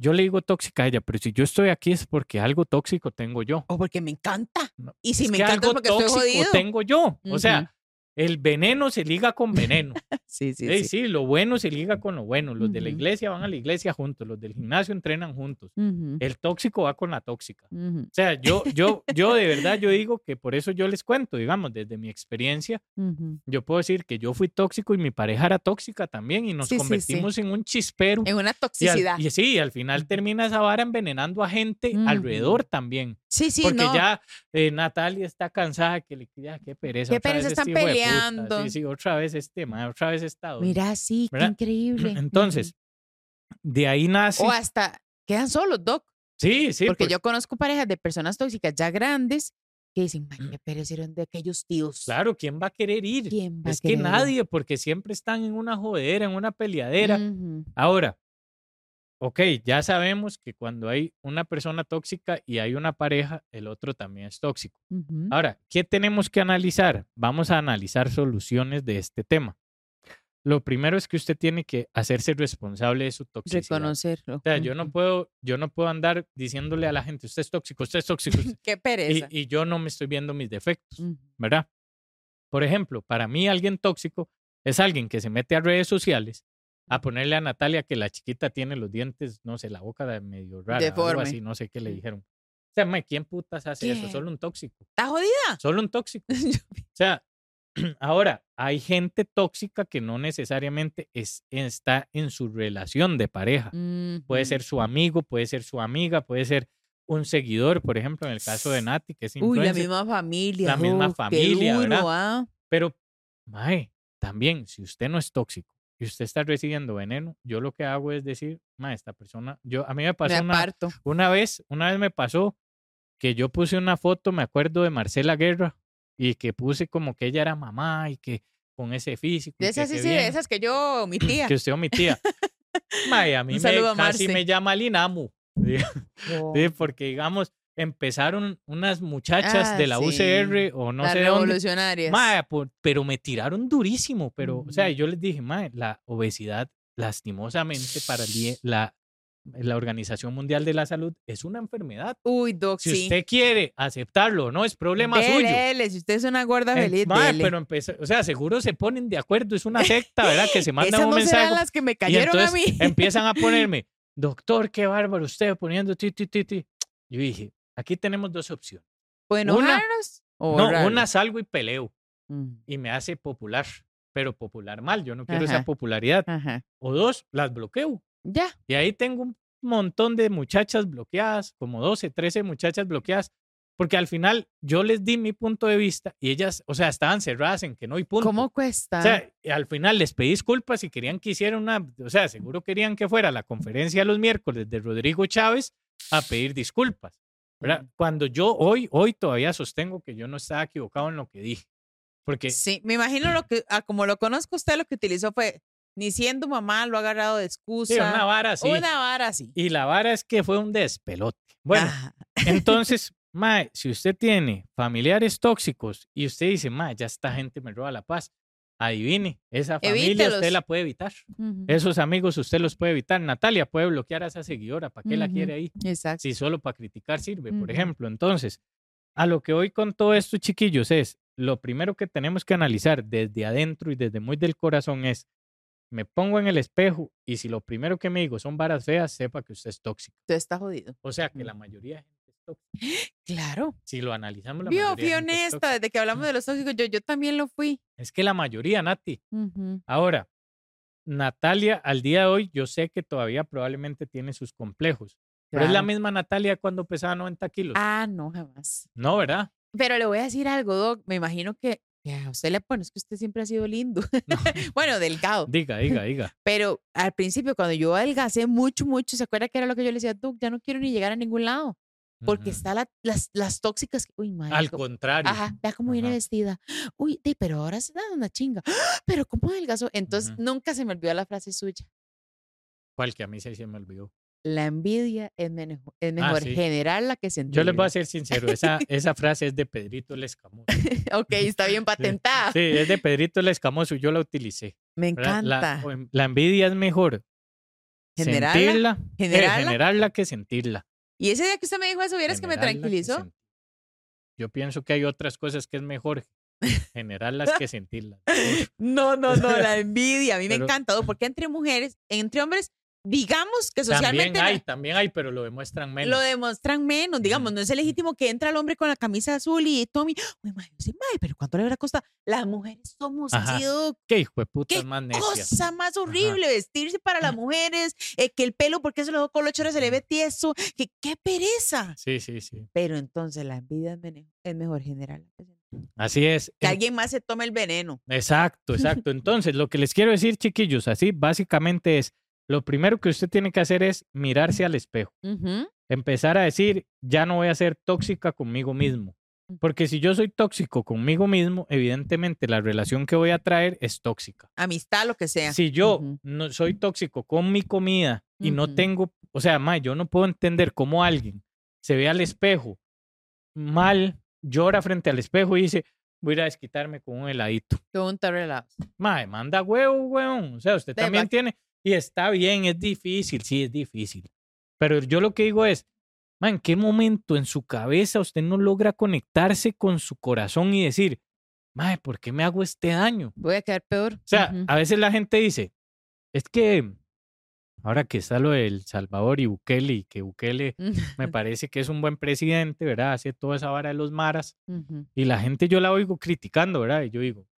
S2: yo le digo tóxica a ella, pero si yo estoy aquí es porque algo tóxico tengo yo.
S1: O porque me encanta.
S2: No,
S1: Y si
S2: Es
S1: me
S2: que
S1: encanta es
S2: algo
S1: porque estoy
S2: tóxico
S1: jodido.
S2: tengo yo. O
S1: Ujú.
S2: sea, el veneno se liga con veneno.
S1: [LAUGHS] Sí, sí,
S2: Ey,
S1: sí.
S2: sí, lo bueno se liga con lo bueno. Los de la
S1: Ujú.
S2: iglesia van a la iglesia juntos, los del gimnasio entrenan juntos.
S1: Ujú,
S2: El tóxico va con la tóxica.
S1: ujú,
S2: O sea,
S1: [LAUGHS]
S2: yo, yo, yo de verdad, yo digo que por eso yo les cuento, digamos, desde mi experiencia,
S1: ujú.
S2: yo puedo decir que yo fui tóxico y mi pareja era tóxica también y nos
S1: Sí, sí, sí.
S2: convertimos en un chispero.
S1: En una
S2: y, al-
S1: toxicidad.
S2: y sí, al final
S1: Ujú.
S2: termina esa vara envenenando a gente
S1: Ujú.
S2: alrededor también.
S1: Sí, sí,
S2: Porque
S1: no.
S2: ya eh, Natalia está cansada, que le ya, qué pereza.
S1: Qué
S2: otra vez
S1: pereza,
S2: este
S1: están
S2: hijo de puta,
S1: peleando.
S2: Sí, sí, otra vez este, ma, otra vez esta. doña. [CLEARS THROAT]
S1: Mira, sí, qué
S2: ¿Verdad?
S1: increíble. Ujú.
S2: Entonces, de ahí nace.
S1: O hasta quedan solos, Doc.
S2: sí, sí. pues
S1: porque
S2: por-
S1: yo conozco parejas de personas tóxicas ya grandes que dicen, "Mae, qué perecieron de aquellos tíos.
S2: Mm. Claro, ¿quién va a querer ir?
S1: ¿Quién va a
S2: Es que
S1: querer ir?"
S2: nadie, porque siempre están en una jodera, en una peleadera.
S1: Ujú.
S2: Ahora, ok, ya sabemos que cuando hay una persona tóxica y hay una pareja, el otro también es tóxico.
S1: Ujú.
S2: Ahora, ¿qué tenemos que analizar? Vamos a analizar soluciones de este tema. Lo primero es que usted tiene que hacerse responsable de su toxicidad.
S1: Reconocerlo.
S2: O sea, yo no
S1: Ujú.
S2: puedo, yo no puedo andar diciéndole a la gente, usted es tóxico, usted es
S1: [LAUGHS]
S2: tóxico, usted-".
S1: Qué
S2: pues, y,
S1: pereza.
S2: y yo no me estoy viendo mis defectos.
S1: Ujú.
S2: ¿verdad? Por ejemplo, para mí alguien tóxico es alguien que se mete a redes sociales a ponerle a Natalia que la chiquita tiene los dientes, no sé, la boca de medio rara, algo
S1: Deforme.
S2: así, no sé qué le
S1: Mm.
S2: dijeron. O sea, mae, ¿quién putas hace eso?
S1: ¿Quién?
S2: Solo un tóxico.
S1: ¿Estás jodida? [LAUGHS]
S2: Solo un tóxico. O sea, [CLEARS THROAT] ahora, hay gente tóxica que no necesariamente es, está en su relación de pareja. Puede ser su amigo, puede ser su amiga, puede ser un seguidor, por ejemplo, en el caso de Nati, que es
S1: Ujú. Uy, la
S2: influencer.
S1: misma familia.
S2: La misma
S1: Uf,
S2: familia,
S1: Qué
S2: ¿verdad?
S1: duro, ah.
S2: Pero, mae, también, si usted no es tóxico y usted está recibiendo veneno, yo lo que hago es decir, mae, esta persona, yo, a mí me
S1: Me
S2: pasó una,
S1: aparto.
S2: una vez, una vez me pasó que yo puse una foto, me acuerdo, de Marcela Guerra y que puse como que ella era mamá y que con ese físico. y
S1: De
S2: que
S1: esas, sí,
S2: qué
S1: sí, de
S2: bien,
S1: esas que yo,
S2: [CLEARS THROAT]
S1: mi tía.
S2: Que usted omitía.
S1: [LAUGHS]
S2: Mae, a mí me,
S1: saludo a
S2: casi
S1: Marce.
S2: me llama Linamu.
S1: Oh.
S2: Sí, porque digamos, empezaron unas muchachas
S1: Ah,
S2: de la
S1: sí.
S2: UCR o no
S1: Las
S2: sé dónde.
S1: revolucionarias.
S2: Mae, por- pero me tiraron durísimo, pero, o sea,
S1: Ujú.
S2: yo les dije, mae, la obesidad, lastimosamente, para el
S1: [SNIFFS]
S2: IE la, la Organización Mundial de la Salud es una enfermedad.
S1: Uy, Doc,
S2: Si
S1: sí.
S2: usted quiere aceptarlo, no es problema
S1: Dele,
S2: suyo.
S1: dele, si usted es una gorda
S2: En-
S1: feliz,
S2: mae,
S1: dele.
S2: pero empezó, o sea, seguro se ponen de acuerdo, es una secta, ¿verdad?
S1: [LAUGHS]
S2: Que se mandan
S1: Esas
S2: un
S1: no serán
S2: mensaje
S1: las que me
S2: y
S1: cayeron
S2: entonces
S1: a mí. [LAUGHS]
S2: empiezan a ponerme, doctor, qué bárbaro, usted poniendo ti, ti, ti, ti. Yo dije, aquí tenemos dos opciones.
S1: ¿Pueden
S2: una-
S1: enojarnos? o
S2: No,
S1: ahorrarlo?
S2: una salgo y peleo
S1: Mm,
S2: y me hace popular, pero popular mal. Yo no quiero esa
S1: Ajá.
S2: popularidad.
S1: Ajá.
S2: O dos, las bloqueo.
S1: Ya.
S2: Y ahí tengo un montón de muchachas bloqueadas, como 12, 13 muchachas bloqueadas, porque al final yo les di mi punto de vista y ellas, o sea, estaban cerradas en que no hay punto.
S1: ¿Cómo cuesta?
S2: O sea, y al final les pedí disculpas y querían que hiciera una, o sea, seguro querían que fuera a la conferencia los miércoles de Rodrigo Chávez a pedir disculpas. ¿verdad?
S1: Mm.
S2: Cuando yo hoy, hoy todavía sostengo que yo no estaba equivocado en lo que dije. Porque
S1: sí, me imagino lo que, ah, como lo conozco usted, lo que utilizó fue, ni siendo mamá lo ha agarrado de excusa.
S2: Sí, una vara así.
S1: Una vara así.
S2: Y la vara es que fue un despelote. Bueno,
S1: Ajá.
S2: entonces, mae, si usted tiene familiares tóxicos y usted dice, mae, ya esta gente me roba la paz, adivine, esa familia usted
S1: Evítelos.
S2: la puede evitar.
S1: Ujú.
S2: Esos amigos usted los puede evitar. Natalia puede bloquear a esa seguidora, ¿para qué la
S1: Ujú.
S2: quiere ahí?
S1: Exacto.
S2: Si solo para criticar sirve, por
S1: Ujú.
S2: ejemplo. Entonces, a lo que hoy con todo esto, chiquillos, es lo primero que tenemos que analizar desde adentro y desde muy del corazón es me pongo en el espejo y si lo primero que me digo son varas feas, sepa que usted es tóxico.
S1: Usted está jodido.
S2: O sea, que la
S1: Ujú.
S2: mayoría de gente es tóxica.
S1: Claro.
S2: Si lo analizamos, la
S1: Vio,
S2: mayoría
S1: fui
S2: de gente es
S1: honesta,
S2: tóxica.
S1: desde que hablamos de los tóxicos, yo, yo también lo fui.
S2: Es que la mayoría, Nati.
S1: Ujú.
S2: Ahora, Natalia, al día de hoy, yo sé que todavía probablemente tiene sus complejos. Pero es la
S1: Claro.
S2: misma Natalia cuando pesaba 90 kilos.
S1: Ah, no, jamás.
S2: No, ¿verdad?
S1: Pero le voy a decir algo, Doc. Me imagino que, que a usted le pone, es que usted siempre ha sido lindo.
S2: No.
S1: [LAUGHS] bueno, delgado. [LAUGHS]
S2: diga, diga, diga.
S1: Pero al principio, cuando yo adelgacé mucho, mucho, ¿se acuerda que era lo que yo le decía, Doc? Ya no quiero ni llegar a ningún lado. porque
S2: Ujú.
S1: está la- las, las tóxicas. que- Uy, madre.
S2: Al
S1: cómo-
S2: contrario.
S1: Ajá, vea cómo viene
S2: Ajá.
S1: vestida. Uy, di, pero ahora se da una chinga. ¡Ah! Pero cómo adelgazó. Entonces,
S2: Ujú.
S1: nunca se me olvidó la frase suya.
S2: ¿Cuál que a mí sí se me olvidó?
S1: La envidia es, menejo- es mejor
S2: Ah, sí.
S1: generarla que sentirla.
S2: Yo les voy a ser sincero, esa, esa frase es de Pedrito el Escamoso.
S1: [LAUGHS] Ok, está bien patentada.
S2: [LAUGHS] Sí, es de Pedrito el Escamoso, yo la utilicé.
S1: Ah. Me
S2: ¿verdad? La,
S1: encanta.
S2: o en- la envidia es mejor
S1: Generarla,
S2: sentirla, eh,
S1: generarla.
S2: generarla que sentirla.
S1: Y ese día que usted me dijo eso, vieras que me
S2: generarla
S1: tranquilizó.
S2: sentir- Yo pienso que hay otras cosas que es mejor
S1: [LAUGHS]
S2: generarlas que sentirlas.
S1: No, no, no, la
S2: [LAUGHS]
S1: envidia. A mí me
S2: Pero-
S1: encanta, ¿no? porque entre mujeres, entre hombres, digamos que
S2: También
S1: socialmente
S2: hay, también hay, pero lo demuestran menos.
S1: lo demuestran menos. Digamos,
S2: Ujú.
S1: no es legítimo que entra el hombre con la camisa azul y Tommy, uy, madre, sí, madre, pero ¿cuánto le habrá costado? Las mujeres somos
S2: Ajá.
S1: así, oh,
S2: ¿Qué hijo de puta
S1: ¿Qué
S2: más necias?
S1: cosa más horrible vestirse para
S2: [LAUGHS]
S1: las mujeres, eh, que el pelo, porque se lo dejó con los choros, se le ve tieso, que qué pereza.
S2: Sí, sí, sí.
S1: Pero entonces la envidia es, mene- es mejor general.
S2: Así es.
S1: Que
S2: En-
S1: alguien más se tome el veneno. [LAUGHS]
S2: Exacto, exacto. Entonces, lo que les quiero decir, chiquillos, así básicamente es, lo primero que usted tiene que hacer es mirarse al espejo,
S1: Ujú,
S2: empezar a decir, ya no voy a ser tóxica conmigo mismo. Porque si yo soy tóxico conmigo mismo, evidentemente la relación que voy a traer es tóxica.
S1: Amistad, lo que sea.
S2: Si yo
S1: Ujú.
S2: no soy tóxico con mi comida y no
S1: Ujú.
S2: tengo, o sea, ma, yo no puedo entender cómo alguien se ve al espejo mal, llora frente al espejo y dice, voy a ir a desquitarme con un heladito.
S1: Con un tarro de helados.
S2: Mae, manda huevo, weón. O sea, usted
S1: Te
S2: también
S1: va-
S2: tiene. Y está bien, es difícil, sí, es difícil. Pero yo lo que digo es, man, ¿en qué momento en su cabeza usted no logra conectarse con su corazón y decir, mae, ¿por qué me hago este daño?
S1: Voy a quedar peor.
S2: O sea, a veces la gente dice, es que ahora que está lo del Salvador y Bukele, y
S1: [LAUGHS]
S2: que Bukele me parece que es un buen presidente, ¿verdad? Hace toda esa vara de los maras. Y la gente yo la oigo criticando, ¿verdad? Y yo digo,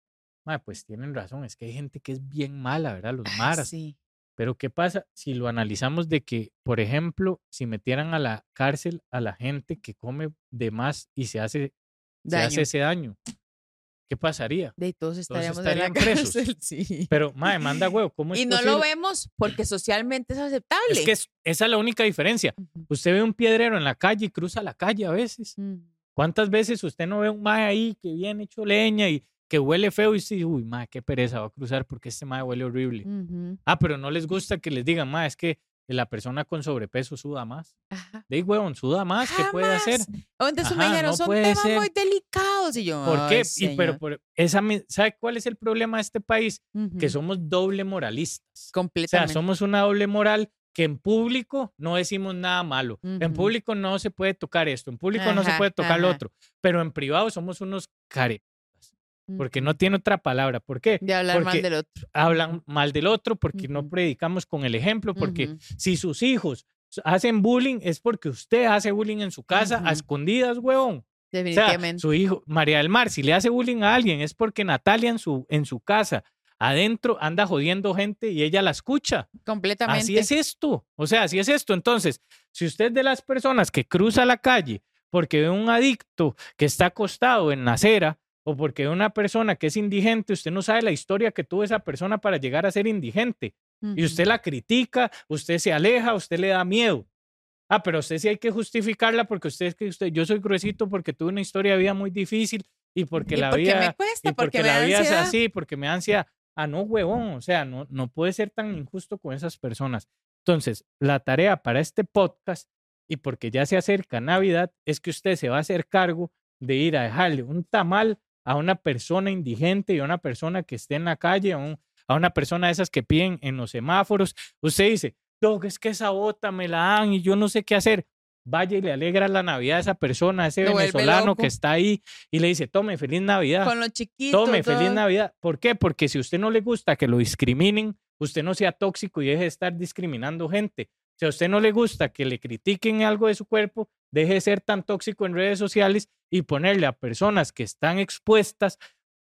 S2: "Mae, pues tienen razón, es que hay gente que es bien mala, ¿verdad? Los maras.
S1: Ah, Sí.
S2: Pero ¿qué pasa si lo analizamos de que, por ejemplo, si metieran a la cárcel a la gente que come de más y se hace, se
S1: Daño.
S2: hace ese daño? ¿Qué pasaría?
S1: De todos estaríamos en la [LAUGHS]
S2: estarían presos.
S1: cárcel, sí.
S2: Pero, madre, manda huevo, ¿cómo es
S1: y no lo
S2: posible?
S1: vemos porque socialmente es aceptable.
S2: Es que es- esa es la única diferencia.
S1: Ujú.
S2: Usted ve un piedrero en la calle y cruza la calle a veces.
S1: Mm.
S2: ¿Cuántas veces usted no ve un mae ahí que viene hecho leña y que huele feo y dice, uy, mae, qué pereza, va a cruzar porque este mae huele horrible?
S1: Ujú.
S2: Ah, pero no les gusta que les digan, mae, es que la persona con sobrepeso suda más.
S1: Ajá.
S2: De ahí, huevón, suda más, ¿qué puede hacer?
S1: Jamás. O Entonces me
S2: Ajá,
S1: dijeron,
S2: no
S1: son
S2: puede
S1: temas
S2: ser.
S1: muy delicados. Y yo,
S2: ¿Por qué?
S1: "Ay,
S2: Y, pero,
S1: señor".
S2: por- esa, mi- ¿Sabe cuál es el problema de este país? Que
S1: Ujú.
S2: somos doble moralistas. O sea,
S1: Completamente.
S2: somos una doble moral que en público no decimos nada malo. En
S1: Ujú.
S2: público no se puede tocar esto, en público no se
S1: Ajá,
S2: puede tocar lo
S1: ajá.
S2: otro, pero en privado somos unos care,
S1: Mm.
S2: porque no
S1: Ujú.
S2: tiene otra palabra. ¿Por qué?
S1: De hablar mal
S2: porque
S1: del otro.
S2: Hablan mal del otro, porque no
S1: Ujú.
S2: predicamos con el ejemplo, porque
S1: Ujú.
S2: si sus hijos s- hacen bullying es porque usted hace bullying en su casa
S1: Ujú.
S2: a escondidas, huevón. O sea,
S1: Definitivamente.
S2: su hijo, María del Mar, si le hace bullying a alguien es porque Natalia en su, en su casa adentro anda jodiendo gente y ella la escucha.
S1: completamente.
S2: Así es esto. O sea, así es esto. Entonces, si usted es de las personas que cruza la calle porque ve un adicto que está acostado en la acera o porque ve una persona que es indigente, usted no sabe la historia que tuvo esa persona para llegar a ser indigente. Y usted la critica, usted se aleja, usted le da miedo. Ah, pero usted sí hay que justificarla porque usted es que usted, yo soy gruesito porque tuve una historia de vida muy difícil y porque
S1: Ujú. Y
S2: la
S1: porque
S2: vida
S1: me cuesta,
S2: y
S1: porque,
S2: porque,
S1: me
S2: la
S1: da
S2: vida
S1: ansiedad.
S2: es así, porque me da ansiedad. Ah, no, huevón, o sea, no, no puede ser tan injusto con esas personas. Entonces, la tarea para este podcast, y porque ya se acerca Navidad, es que usted se va a hacer cargo de ir a dejarle un tamal a una persona indigente y a una persona que esté en la calle, a, un- a una persona de esas que piden en los semáforos. Usted dice, Doc, es que esa bota me la dan y yo no sé qué hacer. Vaya y le alegra la Navidad a esa persona, a ese
S1: Lo vuelve
S2: venezolano
S1: loco.
S2: que está ahí y le dice, tome, feliz Navidad.
S1: Con los chiquitos.
S2: Tome, feliz
S1: todo.
S2: Navidad. ¿Por qué? Porque si usted no le gusta que lo discriminen, usted no sea tóxico y deje de estar discriminando gente. Si a usted no le gusta que le critiquen algo de su cuerpo, deje de ser tan tóxico en redes sociales y ponerle a personas que están expuestas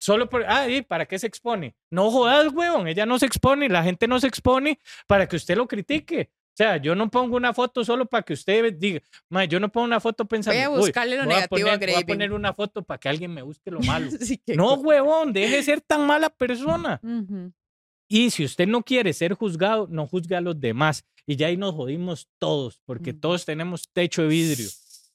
S2: solo por, ah, ¿y para qué se expone? No jodas, weón, ella no se expone, la gente no se expone para que usted lo critique. O sea, yo no pongo una foto solo para que usted diga, "Ma, yo no pongo una foto pensando,
S1: Voy a
S2: "Uy,
S1: buscarle lo
S2: voy a
S1: negativo a
S2: poner- Voy a
S1: Graving".
S2: poner una foto para que alguien me busque lo
S1: [LAUGHS]
S2: malo.
S1: Sí, qué
S2: No,
S1: cosa.
S2: huevón, deje de ser tan mala persona.
S1: Ujú.
S2: Y si usted no quiere ser juzgado, no juzgue a los demás. Y ya ahí nos jodimos todos, porque
S1: Ujú.
S2: todos tenemos techo de vidrio.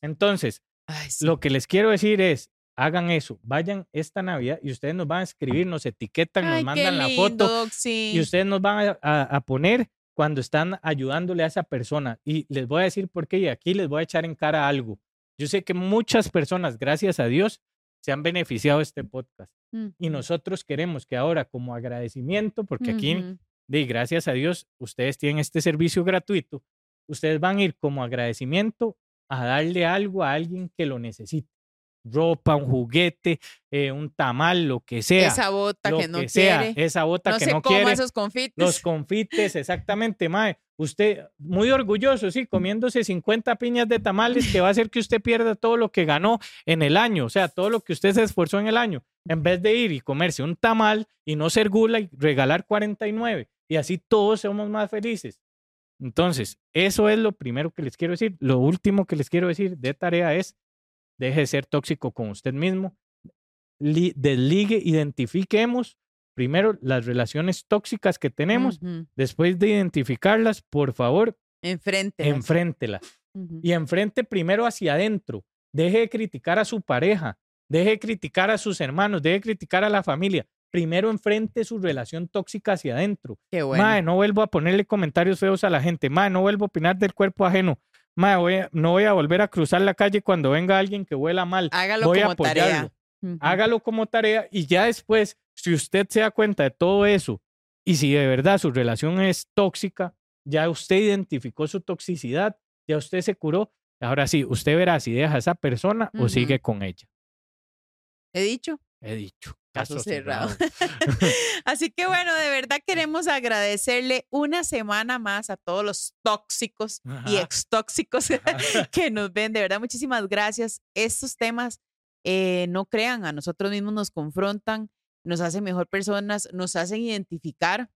S2: Entonces,
S1: Ay, sí.
S2: lo que les quiero decir es, hagan eso, vayan esta Navidad y ustedes nos van a escribir, nos etiquetan,
S1: Ay,
S2: nos
S1: qué
S2: mandan la
S1: lindo,
S2: foto
S1: Doc, sí.
S2: y ustedes nos van a, a- a poner cuando están ayudándole a esa persona. Y les voy a decir por qué y aquí les voy a echar en cara algo. Yo sé que muchas personas, gracias a Dios, se han beneficiado de este podcast.
S1: Mm.
S2: Y nosotros queremos que ahora, como agradecimiento, porque aquí
S1: Ujú.
S2: de gracias a Dios, ustedes tienen este servicio gratuito. Ustedes van a ir como agradecimiento a darle algo a alguien que lo necesite. Ropa, un juguete, eh, un tamal, lo que sea.
S1: esa bota
S2: lo
S1: que no
S2: sea,
S1: quiere.
S2: esa bota
S1: no
S2: que
S1: se
S2: no
S1: coma
S2: quiere.
S1: esos confites. [LAUGHS]
S2: Los confites, exactamente, mae. Usted, muy orgulloso, sí, comiéndose 50 piñas de tamales que va a hacer que usted pierda todo lo que ganó en el año, o sea, todo lo que usted se esforzó en el año, en vez de ir y comerse un tamal y no ser gula y regalar 49. Y así todos somos más felices. Entonces, eso es lo primero que les quiero decir. Lo último que les quiero decir de tarea es, deje de ser tóxico con usted mismo, Li- desligue, identifiquemos primero las relaciones tóxicas que tenemos
S1: Ujú.
S2: Después de identificarlas, por favor,
S1: Enfrente.
S2: enfréntelas.
S1: Ujú.
S2: Y enfrente primero hacia adentro. Deje de criticar a su pareja, deje de criticar a sus hermanos, deje de criticar a la familia. Primero enfrente su relación tóxica hacia adentro.
S1: Qué bueno.
S2: Mae, no vuelvo a ponerle comentarios feos a la gente. Mae, no vuelvo a opinar del cuerpo ajeno. Mae, voy a- no voy a volver a cruzar la calle cuando venga alguien que huela mal.
S1: Hágalo
S2: voy a
S1: como tarea.
S2: apoyarlo.
S1: Ujú.
S2: hágalo como tarea y ya después, si usted se da cuenta de todo eso y si de verdad su relación es tóxica, ya usted identificó su toxicidad, ya usted se curó, ahora sí, usted verá si deja a esa persona o
S1: Ujú.
S2: sigue con ella.
S1: He dicho.
S2: He dicho.
S1: Caso cerrado. Así que bueno, de verdad queremos agradecerle una semana más a todos los tóxicos [LAUGHS] y
S2: Ajá.
S1: ex
S2: [LAUGHS]
S1: tóxicos [LAUGHS] que nos ven. De verdad, muchísimas gracias. Estos temas, eh, no crean, a nosotros mismos nos confrontan, nos hacen mejor personas, nos hacen identificar.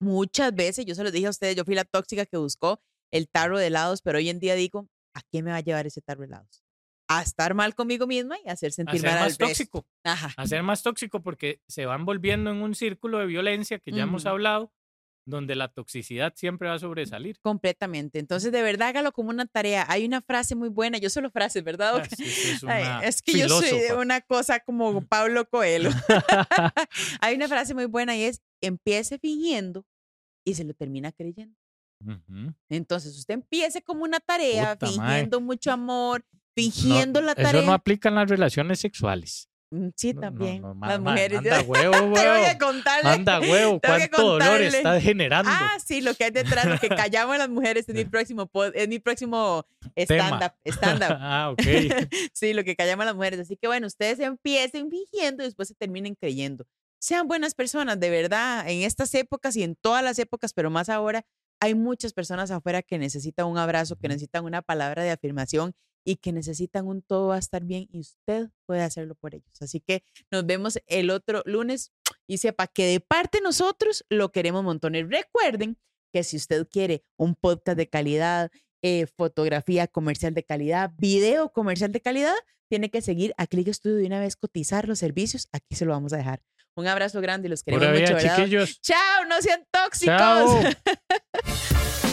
S1: Muchas veces, yo se los dije a ustedes, yo fui la tóxica que buscó el tarro de helados, pero hoy en día digo, ¿a qué me va a llevar ese tarro de helados? A estar mal conmigo misma y hacer sentir
S2: A ser
S1: mal al
S2: más
S1: resto.
S2: tóxico.
S1: Ajá.
S2: a ser más tóxico porque se van volviendo en un círculo de violencia que ya hemos
S1: Ujú.
S2: hablado, donde la toxicidad siempre va a sobresalir. Mm.
S1: Completamente. Entonces, de verdad, hágalo como una tarea. Hay una frase muy buena, yo solo frases, ¿verdad? Doc?
S2: Ah, sí, sí, es
S1: Ay,
S2: una
S1: es que yo soy de
S2: filósofa.
S1: una cosa
S2: [LAUGHS]
S1: como Pablo Coelho. [LAUGHS] Hay una frase muy buena y es, empiece fingiendo y se lo termina creyendo.
S2: Ujú.
S1: Entonces, usted empiece como una tarea,
S2: Puta madre.
S1: fingiendo mucho amor,
S2: No,
S1: fingiendo la tarea.
S2: Eso no aplica en las relaciones sexuales.
S1: Mm, sí,
S2: No, no,
S1: también.
S2: no, ma-
S1: Las
S2: ma-
S1: mujeres. [LAUGHS]
S2: Anda huevo,
S1: tengo
S2: huevo.
S1: que contarle.
S2: Anda huevo.
S1: tengo que
S2: ¿Cuánto dolor
S1: contarle.
S2: está generando?
S1: Ah, sí, lo que hay detrás, lo
S2: [LAUGHS]
S1: que callamos las mujeres es mi próximo, pod- es mi próximo stand-up. Stand-up.
S2: [LAUGHS] Ah, ok.
S1: sí, lo que callamos las mujeres. Así que bueno, ustedes empiecen fingiendo y después se terminen creyendo. Sean buenas personas, de verdad, en estas épocas y en todas las épocas, pero más ahora, hay muchas personas afuera que necesitan un abrazo, que
S2: Ujú.
S1: necesitan una palabra de afirmación y que necesitan un todo va a estar bien y usted puede hacerlo por ellos. Así que nos vemos el otro lunes y sepa que de parte de nosotros lo queremos montones. Recuerden que si usted quiere un podcast de calidad, eh, fotografía comercial de calidad, video comercial de calidad, tiene que seguir a Click Studio de una vez cotizar los servicios. Aquí se lo vamos a dejar. Un abrazo grande y los queremos
S2: Pura vida,
S1: mucho. ¿verdad?
S2: chiquillos.
S1: Chao, no sean tóxicos.
S2: Chao.